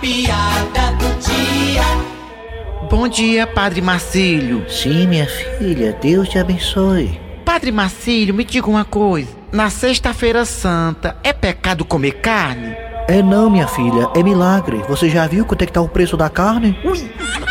piada do dia. Bom dia, Padre Marcílio. Sim, minha filha, Deus te abençoe. Padre Marcílio, me diga uma coisa. Na Sexta-feira Santa, é pecado comer carne? É não, minha filha, é milagre. Você já viu quanto é que tá o preço da carne? Ui!